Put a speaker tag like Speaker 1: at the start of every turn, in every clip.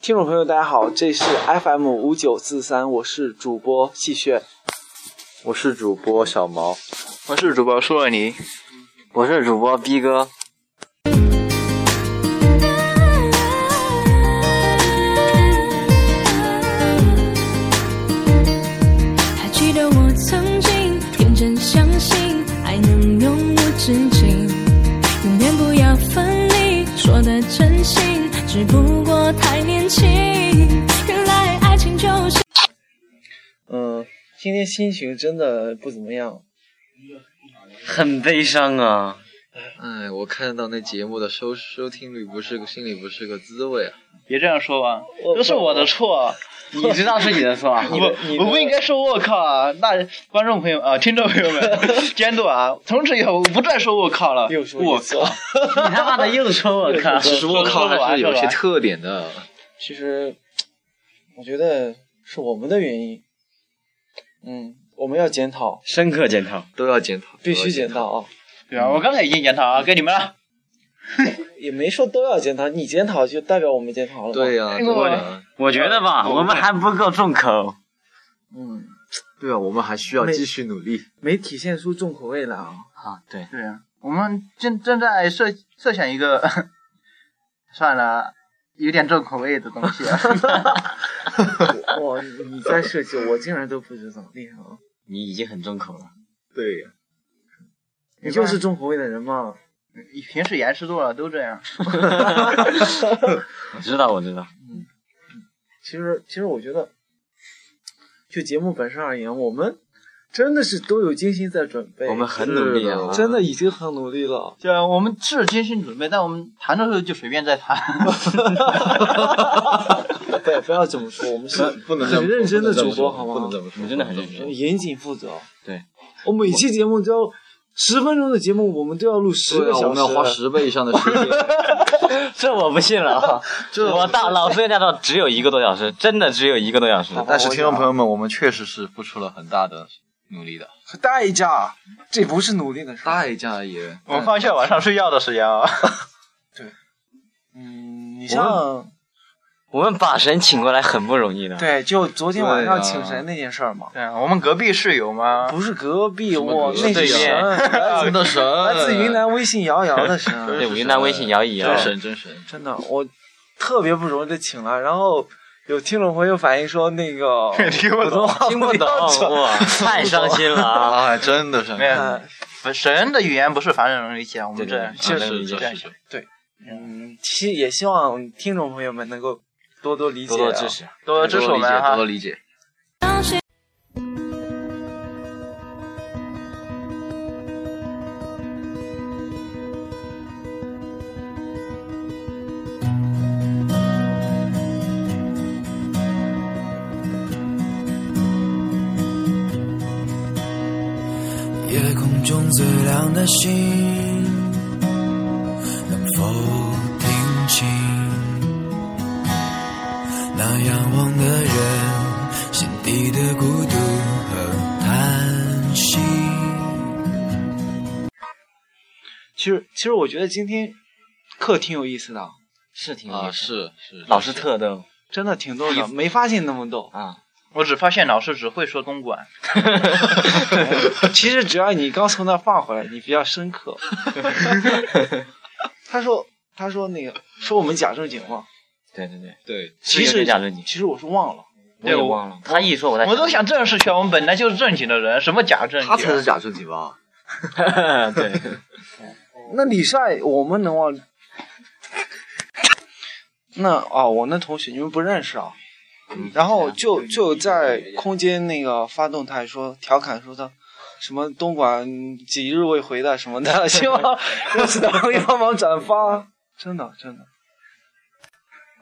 Speaker 1: 听众朋友，大家好，这是 FM 五九四三，我是主播戏谑，
Speaker 2: 我是主播小毛，
Speaker 3: 我是主播舒若尼，
Speaker 4: 我是主播逼哥。
Speaker 5: 还记得我曾经天真相信爱能永无止境，永远不要分离。说的真心，只不过太年轻。原来爱情就是。
Speaker 1: 嗯，今天心情真的不怎么样，
Speaker 4: 很悲伤啊！
Speaker 2: 哎，我看到那节目的收收听率不是个心里不是个滋味啊！
Speaker 3: 别这样说吧，
Speaker 1: 我
Speaker 3: 都是我的错，
Speaker 4: 你知道是你的错啊，
Speaker 1: 你的
Speaker 3: 我
Speaker 1: 你的
Speaker 3: 我不应该说我靠啊！那观众朋友啊，听众朋 友们，监督啊，从此以后我不再说我靠了，
Speaker 1: 又说
Speaker 3: 我
Speaker 1: 一
Speaker 3: 靠
Speaker 1: 次。
Speaker 4: 你他妈的又说我 靠！
Speaker 2: 啊其实我靠还是有些特点的，
Speaker 1: 其实，我觉得是我们的原因。嗯，我们要检讨，
Speaker 4: 深刻检讨，
Speaker 2: 都要检讨，
Speaker 1: 必须
Speaker 2: 检
Speaker 1: 检。讨啊！
Speaker 3: 对吧？我刚才已经检讨啊，该你们了。
Speaker 1: 也没说都要检讨，你检讨就代表我们检讨了。
Speaker 2: 对，呀、
Speaker 3: 哎我
Speaker 2: 对呀、
Speaker 4: 我觉得吧，我们还不够重口。
Speaker 1: 嗯，
Speaker 2: 对啊，我们还需要继续努力。
Speaker 1: 没体现出重口味来啊。
Speaker 4: 啊，对，
Speaker 3: 对啊，我们正正在设设想一个， 算了，有点重口味的东西。啊
Speaker 1: 哇，你在设计，我竟然都不知道，厉害啊！
Speaker 4: 你已经很重口了。
Speaker 2: 对呀、
Speaker 1: 你就是重口味的人嘛。
Speaker 3: 平时延迟多了都这样。
Speaker 4: 我知道，我知道。
Speaker 1: 其实，其实我觉得，就节目本身而言，我们真的是都有精心在准备，
Speaker 4: 我们很努力啊
Speaker 2: 是，
Speaker 1: 真的已经很努力了。
Speaker 3: 对啊，我们是精心准备，但我们谈的时候就随便在谈。
Speaker 1: 不要不要这么说，我们是
Speaker 2: 不能
Speaker 1: 很认真的主播，好
Speaker 2: 不
Speaker 1: 吗
Speaker 2: 能？这么说，
Speaker 4: 你真的很认真
Speaker 1: 我们严谨负责。
Speaker 4: 对，
Speaker 1: 我每期节目都要十分钟的节目，我们都要录十
Speaker 2: 对
Speaker 1: 个
Speaker 2: 啊，我
Speaker 1: 小
Speaker 2: 们要花
Speaker 1: 时。
Speaker 2: 十倍以上的时间。
Speaker 4: 这我不信了啊。
Speaker 2: 这
Speaker 4: 我大老岁驾照只有一个多小时，真的只有一个多小时。
Speaker 2: 但是听众朋友们，我们确实是付出了很大的努力的，
Speaker 1: 代价，这不是努力的事。
Speaker 2: 代价也。
Speaker 3: 我们放下晚上睡觉的时间啊。
Speaker 1: 嗯，你
Speaker 4: 我
Speaker 1: 像
Speaker 4: 我们把神请过来很不容易的。
Speaker 1: 对，就昨天晚上
Speaker 2: 对啊
Speaker 1: 请神那件事儿嘛，
Speaker 3: 对啊，我们隔壁室友嘛，
Speaker 1: 不是隔壁，
Speaker 2: 么
Speaker 1: 我
Speaker 2: 隔壁啊
Speaker 1: 那是
Speaker 2: 对
Speaker 1: 神，
Speaker 2: 呀
Speaker 1: 来
Speaker 2: 真
Speaker 1: 自
Speaker 2: 的神，
Speaker 1: 来自云南微信瑶瑶的神。
Speaker 4: 对，云南微信摇一摇
Speaker 2: 真。神真神，
Speaker 1: 真的，我特别不容易的请了，然后有听众朋友反映说 那个
Speaker 3: 听不
Speaker 1: 普通
Speaker 3: 懂。
Speaker 1: 话
Speaker 4: 听不懂，
Speaker 1: 标准
Speaker 4: 哇，太伤心了 啊！
Speaker 2: 啊，真的神，
Speaker 3: 没有
Speaker 1: 嗯
Speaker 3: 神的语言不是凡人能理解，我们这
Speaker 4: 对对对
Speaker 2: 确
Speaker 4: 能理
Speaker 2: 实
Speaker 4: 解
Speaker 2: 确实。
Speaker 1: 嗯，希也希望听众朋友们能够多多理解、啊
Speaker 4: 多多支。持。啊
Speaker 3: 多支持我们哈
Speaker 2: 啊多。理解。
Speaker 5: 当谁
Speaker 6: 夜空中最亮的星，能否听清？那仰望的人心底的孤独和叹息。
Speaker 1: 其实，其实我觉得今天课挺有意思的，
Speaker 4: 是挺
Speaker 2: 啊，是是，
Speaker 4: 老师特逗
Speaker 1: 真的挺 逗的，没发现那么逗。
Speaker 4: 啊！
Speaker 3: 我只发现老师只会说东莞，
Speaker 1: 其实只要你刚从那儿放回来，你比较 深刻。他说，他说那个说我们假正经嘛，
Speaker 4: 对对对，
Speaker 2: 对，
Speaker 1: 其
Speaker 4: 是有
Speaker 1: 实
Speaker 4: 点假正经
Speaker 1: 其实我是忘了。
Speaker 4: 我也
Speaker 3: 对我
Speaker 4: 忘了。他一说，我在
Speaker 3: 我都想正式去。我们本来就是正经的人，什么假正经？啊
Speaker 2: 他才是假正经吧？
Speaker 4: 对，
Speaker 1: 那李帅，我们能忘？那哦，我那同学你们不认识啊。然后就就在空间那个发动态说调侃说他什么东莞几日未回的什么的，希望认识的朋友帮忙转发，真的真的。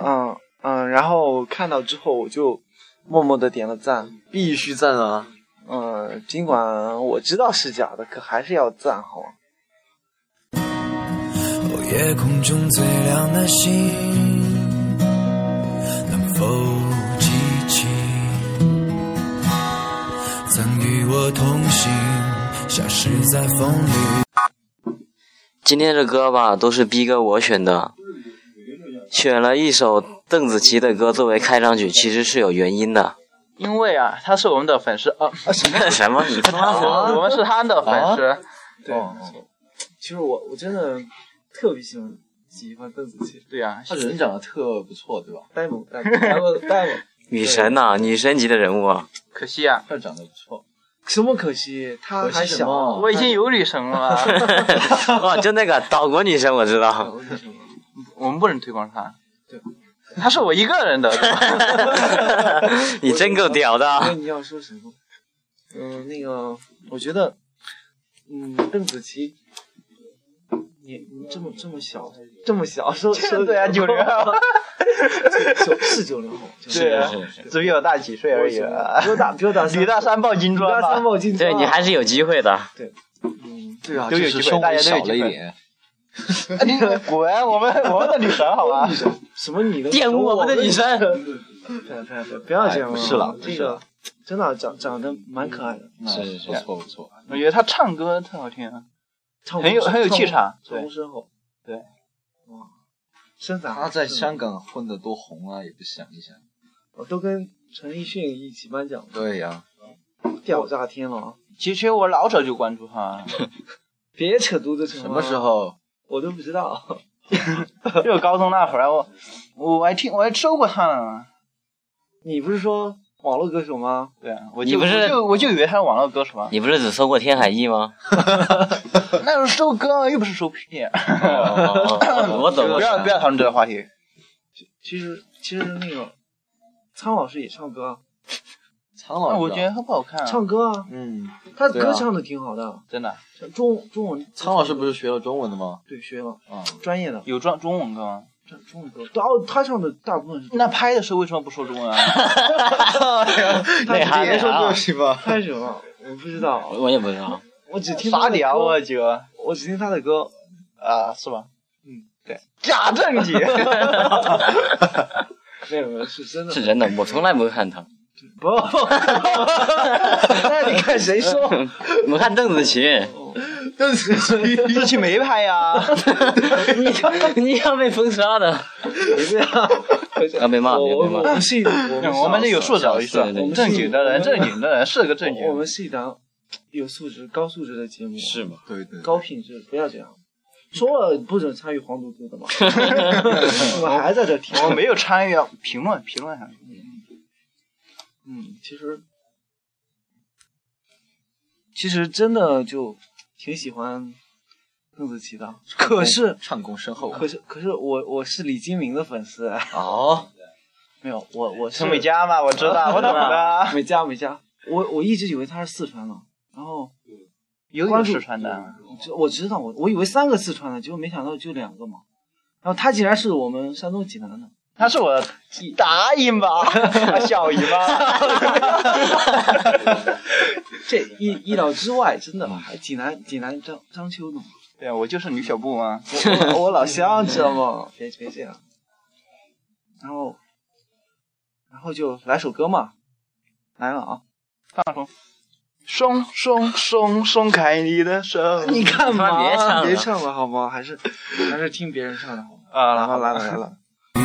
Speaker 1: 嗯嗯，然后看到之后我就默默的点了赞。
Speaker 2: 必须赞啊！
Speaker 1: 嗯，尽管我知道是假的，可还是要赞好吗？
Speaker 6: 哦，夜空中最亮的星，能否记起曾与我同行，消失在风里？
Speaker 4: 今天的歌吧，都是逼哥我选的，选了一首
Speaker 7: 邓紫棋的歌作为开场曲其实是有原因 的。
Speaker 3: 因为啊，他是我们的粉丝啊，
Speaker 7: 什么？你
Speaker 3: 我我们是他的粉丝，
Speaker 1: 对，其实我我真的特别喜欢喜欢邓紫棋，
Speaker 3: 对啊呀、
Speaker 2: 他人长得特不错，对吧？
Speaker 1: 呆萌呆萌呆萌呆萌，
Speaker 7: 女神呐、女神级的人物啊！
Speaker 3: 可惜啊，
Speaker 2: 他长得不错，
Speaker 1: 什么可惜？她
Speaker 2: 可惜
Speaker 1: 还
Speaker 2: 什么
Speaker 1: 小，
Speaker 3: 我已经有女神了，
Speaker 7: 哇，就那个岛国女神，我知
Speaker 1: 啊
Speaker 7: 道。
Speaker 3: 我们不能推广他，对，他是我一个人的，对吧
Speaker 7: 你真够屌的
Speaker 1: 那
Speaker 7: 啊！
Speaker 1: 你要说什么？嗯，那个，我觉得，嗯，邓紫棋，你你这么这么小，这么小，说说
Speaker 3: 对啊，九零后，
Speaker 1: 九是九零后，就是
Speaker 3: 对啊，
Speaker 2: 是是
Speaker 3: 只比我大几岁而已啊，
Speaker 1: 比我大比我大
Speaker 3: 李大山抱金
Speaker 1: 李
Speaker 3: 砖
Speaker 1: 大
Speaker 3: 吧
Speaker 1: 三，抱金
Speaker 7: 对你还是有机会的。
Speaker 1: 嗯对啊，
Speaker 3: 都有
Speaker 2: 是
Speaker 3: 机
Speaker 2: 稍
Speaker 3: 会，大
Speaker 2: 微
Speaker 3: 家都
Speaker 2: 小
Speaker 3: 有
Speaker 2: 了一
Speaker 3: 机会。
Speaker 2: 点，
Speaker 3: 你滚！哎我们我们的女神好吧？
Speaker 1: 什么你的
Speaker 7: 玷污我们的女神，
Speaker 1: 呸呸呸不要这样
Speaker 2: 哎不是了不
Speaker 1: 这
Speaker 2: 是
Speaker 1: 个
Speaker 2: 了
Speaker 1: 真的长长得蛮可爱的，
Speaker 2: 是是是，不错不错。
Speaker 3: 我觉得她唱歌特好听啊，
Speaker 1: 唱
Speaker 3: 很有
Speaker 1: 红
Speaker 3: 很有气
Speaker 1: 唱红唱
Speaker 3: 场。对
Speaker 1: 红，深厚，
Speaker 3: 对，
Speaker 1: 哇，身材
Speaker 2: 他在
Speaker 1: 是
Speaker 2: 香港混的多红啊，也不想一想。
Speaker 1: 我都跟陈奕迅一起颁奖，
Speaker 2: 对呀、
Speaker 1: 屌炸天了啊！
Speaker 3: 其实我老早就关注她 了，
Speaker 1: 别扯犊子什
Speaker 2: 什么时候？
Speaker 1: 我都不知道。
Speaker 3: 就高中那会儿，啊我我还听我还搜过她呢。
Speaker 1: 你不是说网络歌手吗？
Speaker 3: 对啊，我
Speaker 7: 你
Speaker 3: 就
Speaker 7: 不是
Speaker 3: 我就我就以为她是网络歌手嘛，
Speaker 7: 你不是只搜过天海翼吗？
Speaker 3: 那时候收歌啊又不是收片。
Speaker 7: 我懂
Speaker 3: 不
Speaker 7: 了。
Speaker 3: 要不要讨论这个话题。
Speaker 1: 其实其实那个苍老师也唱歌啊，
Speaker 2: 苍
Speaker 3: 那
Speaker 2: 老，
Speaker 3: 我觉得她不好看啊，
Speaker 1: 唱歌啊，
Speaker 2: 嗯，
Speaker 1: 他
Speaker 2: 对啊
Speaker 1: 歌唱的挺好的，
Speaker 3: 真的
Speaker 1: 中中文
Speaker 2: 苍老师不是学了中文的吗？
Speaker 1: 对学了
Speaker 2: 啊、
Speaker 1: 专业的
Speaker 3: 有中中文歌吗？
Speaker 1: 中中文歌，都他唱的大部分是
Speaker 3: 那拍的时候为什么不说 中文啊？
Speaker 7: 内涵内涵啊，
Speaker 2: 行吧。
Speaker 1: 拍什么？我不知道，
Speaker 7: 我也不知道。
Speaker 1: 我只听
Speaker 3: 傻
Speaker 1: 他的
Speaker 3: 屌
Speaker 1: 歌，
Speaker 3: 啊我觉得
Speaker 1: 我只听他的歌。
Speaker 3: 啊，是吧？
Speaker 1: 嗯，
Speaker 3: 对，假正经。
Speaker 1: 没有没有，是真的
Speaker 7: 是。真的，我从来不看他，
Speaker 1: 不， 那你看谁说？
Speaker 7: 我看邓紫棋。
Speaker 1: 邓紫棋，
Speaker 3: 自 己没拍呀，
Speaker 7: 你你要被封杀的，
Speaker 1: 你不要。
Speaker 7: 啊，别骂，别
Speaker 1: 我
Speaker 7: 别
Speaker 1: 我
Speaker 7: 骂。
Speaker 1: 们是一，我们是
Speaker 3: 嗯我们这有素质，有素
Speaker 7: 对对
Speaker 3: 质，
Speaker 7: 对
Speaker 3: 正经的人，正经的人是个正经
Speaker 1: 我
Speaker 3: 人。
Speaker 1: 们是一档有素质、高素质的节目，
Speaker 7: 是吗？
Speaker 2: 对对，
Speaker 1: 高品质，不要这样。说了不准参与黄赌毒的嘛，我们还在这听。
Speaker 3: 我没有参与啊评论，评论上
Speaker 1: 嗯，其实其实真的就挺喜欢邓紫棋的，可是
Speaker 2: 唱功深厚。
Speaker 1: 可是可是我我是李金铭的粉丝，啊
Speaker 2: 哦，
Speaker 1: 没有我我是啊
Speaker 3: 陈美嘉嘛，我知道，我懂的。
Speaker 1: 美嘉美嘉，我我一直以为她是四川的，然后
Speaker 3: 有
Speaker 1: 关
Speaker 3: 有
Speaker 1: 注
Speaker 3: 四川的，
Speaker 1: 就我知道我我以为三个四川的，结果没想到就两个嘛。然后她竟然是我们山东济南的，
Speaker 3: 他是我大姨妈，小姨妈。
Speaker 1: 这意意料之外，真的还济南济南章章丘的嘛，
Speaker 3: 对，我就是女小布嘛。
Speaker 1: 我我我老乡知道吗？ 别别这样。然后，然后就来首歌嘛，来了啊！
Speaker 3: 松松松松开你的手，
Speaker 1: 你干嘛？
Speaker 7: 别唱 了
Speaker 1: 别唱了好吗？还是还是听别人唱的好吗？
Speaker 3: 啊，
Speaker 1: 来
Speaker 3: 然
Speaker 1: 了
Speaker 3: 后
Speaker 1: 来了来了。
Speaker 6: 你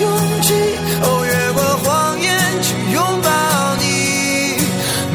Speaker 6: 勇气。哦，越过谎言去拥抱你。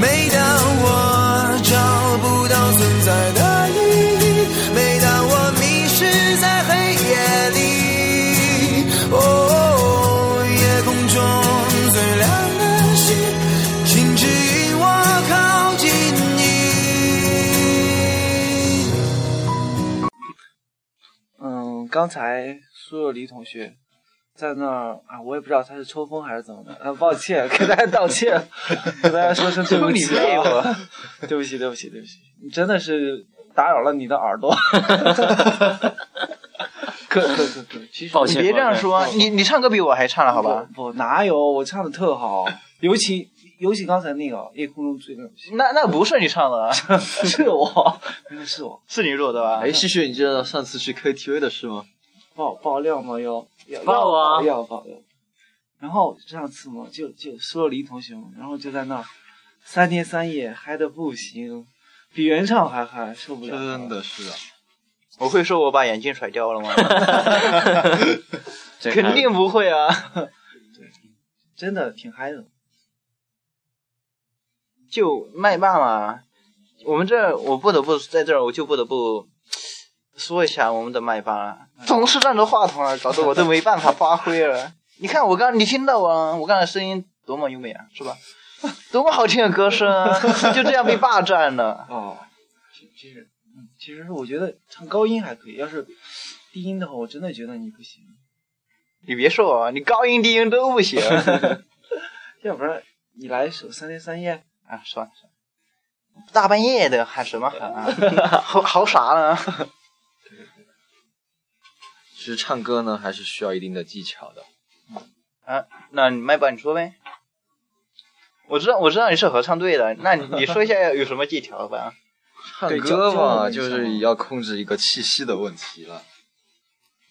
Speaker 6: 每当我找不到存在的意义，每当我迷失在黑夜里，哦，夜空中最亮的星，请指引我靠近你。
Speaker 1: 嗯，刚才说了李同学在那儿啊，我也不知道他是抽风还是怎么的，啊，抱歉， 给大家道歉，给大家说声对不起、啊，对不起，对不起，对不起，你真的是打扰了你的耳朵， 可可可可，其实
Speaker 7: 抱
Speaker 3: 你
Speaker 7: 歉，
Speaker 3: 别这样
Speaker 7: 抱歉。
Speaker 3: 说，你你唱歌比我还唱了，好吧？
Speaker 1: 不哪有我唱的特好，尤其尤其刚才那个夜空中最亮的星，
Speaker 3: 那那不是你唱的，
Speaker 1: 是我，那是我，
Speaker 3: 是你做的吧？
Speaker 2: 哎哎，旭旭，你知道上次去 KTV 的事吗？
Speaker 1: 爆爆料吗？要要
Speaker 7: 爆啊
Speaker 1: 要爆要爆！然后上次嘛，就就说林同学嘛，然后就在那儿三天三夜嗨的不行，比原唱还嗨，受不了。
Speaker 2: 真的是啊，
Speaker 3: 我会说我把眼镜甩掉了吗？
Speaker 7: 这个
Speaker 3: 肯定不会啊！
Speaker 1: 真的挺嗨的。
Speaker 3: 就麦霸嘛，我们这儿我不得不在这儿，我就不得不说一下我们的麦霸了，总是占着话筒啊，搞得我都没办法发挥了。你看我刚，你听到啊，我刚才声音多么优美啊，是吧？ 多么好听的歌声啊， 就这样被霸占了。
Speaker 1: 哦，其其实，嗯，其实我觉得唱高音还可以，要是低音的话，我真的觉得你不行，
Speaker 3: 你别说啊我，你高音低音都不行
Speaker 1: 要不然你来一首《三天三夜
Speaker 3: 啊！算了算了，大半夜的喊什么喊啊？好好啥呢？
Speaker 2: 其实唱歌呢还是需要一定的技巧的。
Speaker 3: 那你麦霸你说呗。我知道我知道你是合唱队的，那你你说一下有什么技巧吧？
Speaker 2: 唱歌嘛，就是要控制一个气息的问题了，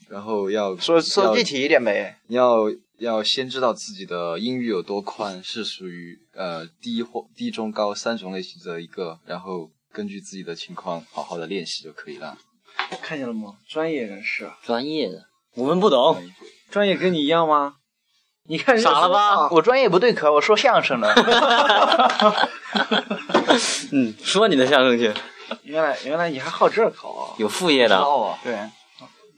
Speaker 2: 然后要
Speaker 3: 说说
Speaker 2: 要
Speaker 3: 具体一点呗。
Speaker 2: 要要先知道自己的音域有多宽，是属于呃低或低中高三种类型的一个，然后根据自己的情况好好的练习就可以了。》，
Speaker 1: 看见了吗？专业人士，
Speaker 7: 专业的，我们不懂，
Speaker 1: 专业跟你一样吗？你看人家
Speaker 7: 傻了吧
Speaker 1: 说话？
Speaker 3: 啊我专业不对口，我说相声的。
Speaker 7: 嗯，说你的相声去，
Speaker 1: 原来原来你还好这口啊，
Speaker 7: 有副业的，
Speaker 1: 高啊！
Speaker 3: 对，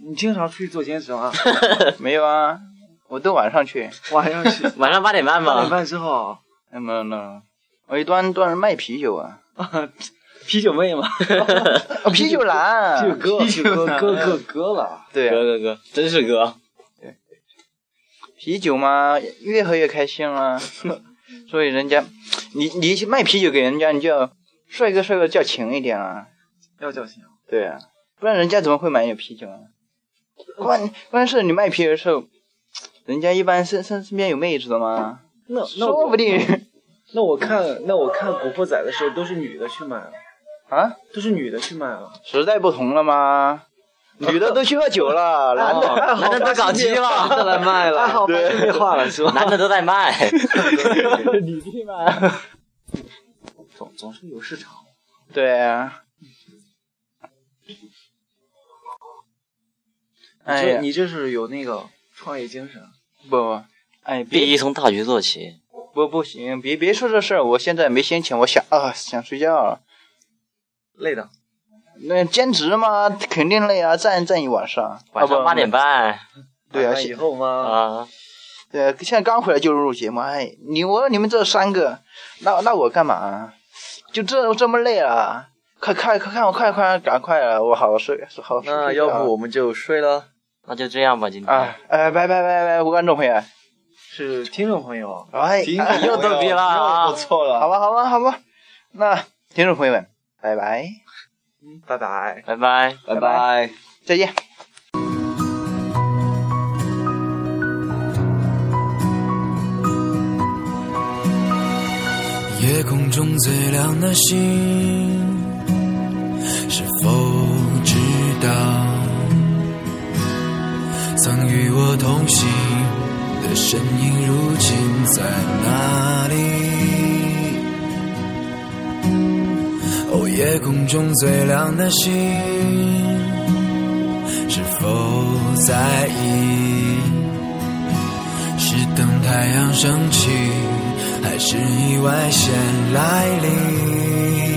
Speaker 1: 你经常出去做兼职吗？
Speaker 3: 没有啊，我都晚上去。
Speaker 1: 晚上去
Speaker 7: 晚上八点半
Speaker 1: 八点
Speaker 7: 吧，
Speaker 1: 半之后，
Speaker 3: 那么呢，我一端端着卖啤酒啊，
Speaker 1: 啤酒妹嘛，
Speaker 3: 哦啤酒
Speaker 1: 啤酒
Speaker 3: 篮。
Speaker 1: 哥，啤酒哥哥哥哥了，
Speaker 3: 对啊，
Speaker 7: 哥哥哥，真是哥，
Speaker 3: 啤酒嘛，越喝越开心了。 所以人家，你你去卖啤酒给人家，你就要帅哥帅哥叫情一点啊。
Speaker 1: 要叫醒。
Speaker 3: 对啊，不然人家怎么会买你的啤酒呢？关关键是你卖啤酒的时候，人家一般身身身边有妹子的嘛，
Speaker 1: 那那
Speaker 3: 说
Speaker 1: 我
Speaker 3: 不定
Speaker 1: 那我看那我看《古惑仔》的时候，都是女的去买啊，
Speaker 3: 啊，
Speaker 1: 都是女的去买啊。
Speaker 3: 时代不同了嘛，女的都去喝酒了，男的
Speaker 7: 哦男的都搞基了，都来卖
Speaker 1: 爱好 发生变化了是吧？
Speaker 7: 男的都在卖，
Speaker 3: 女的嘛，
Speaker 1: 总总是有市场。
Speaker 3: 对啊。哎
Speaker 1: 这
Speaker 3: 呀，
Speaker 1: 你这是有那个创业精神。
Speaker 3: 不不，哎，
Speaker 7: 必
Speaker 3: 别
Speaker 7: 须从大学做起，
Speaker 3: 不不行，别别说这事儿，我现在没心情，我想啊想睡觉了。
Speaker 1: 累的，
Speaker 3: 那兼职嘛，肯定累啊，站站一晚上，
Speaker 7: 晚
Speaker 3: 啊
Speaker 7: 上
Speaker 3: 不
Speaker 7: 八点半
Speaker 3: 对啊
Speaker 1: 完了以后嘛，
Speaker 7: 啊，
Speaker 3: 对啊，现在刚回来就录节目，哎，你我说你们这三个，那那我干嘛啊？就这这么累了，啊快快快看我快快赶快了，我好好睡好好睡。
Speaker 2: 那要不我们就睡了？
Speaker 7: 那就这样吧，今天。
Speaker 3: 啊哎拜拜拜拜，观众朋友，
Speaker 1: 是听众朋友，
Speaker 3: 哎，哎
Speaker 7: 又逗逼了啊！
Speaker 2: 错了，
Speaker 3: 好吧好吧好吧，那听众朋友们，拜拜，
Speaker 1: 拜拜。
Speaker 7: 拜拜。
Speaker 2: 拜拜
Speaker 3: 再见。
Speaker 6: 夜空中最亮的星，是否知道曾与我同行的身影，如今在哪里？哦，夜空中最亮的星，是否在意？是等太阳升起，还是意外先来临？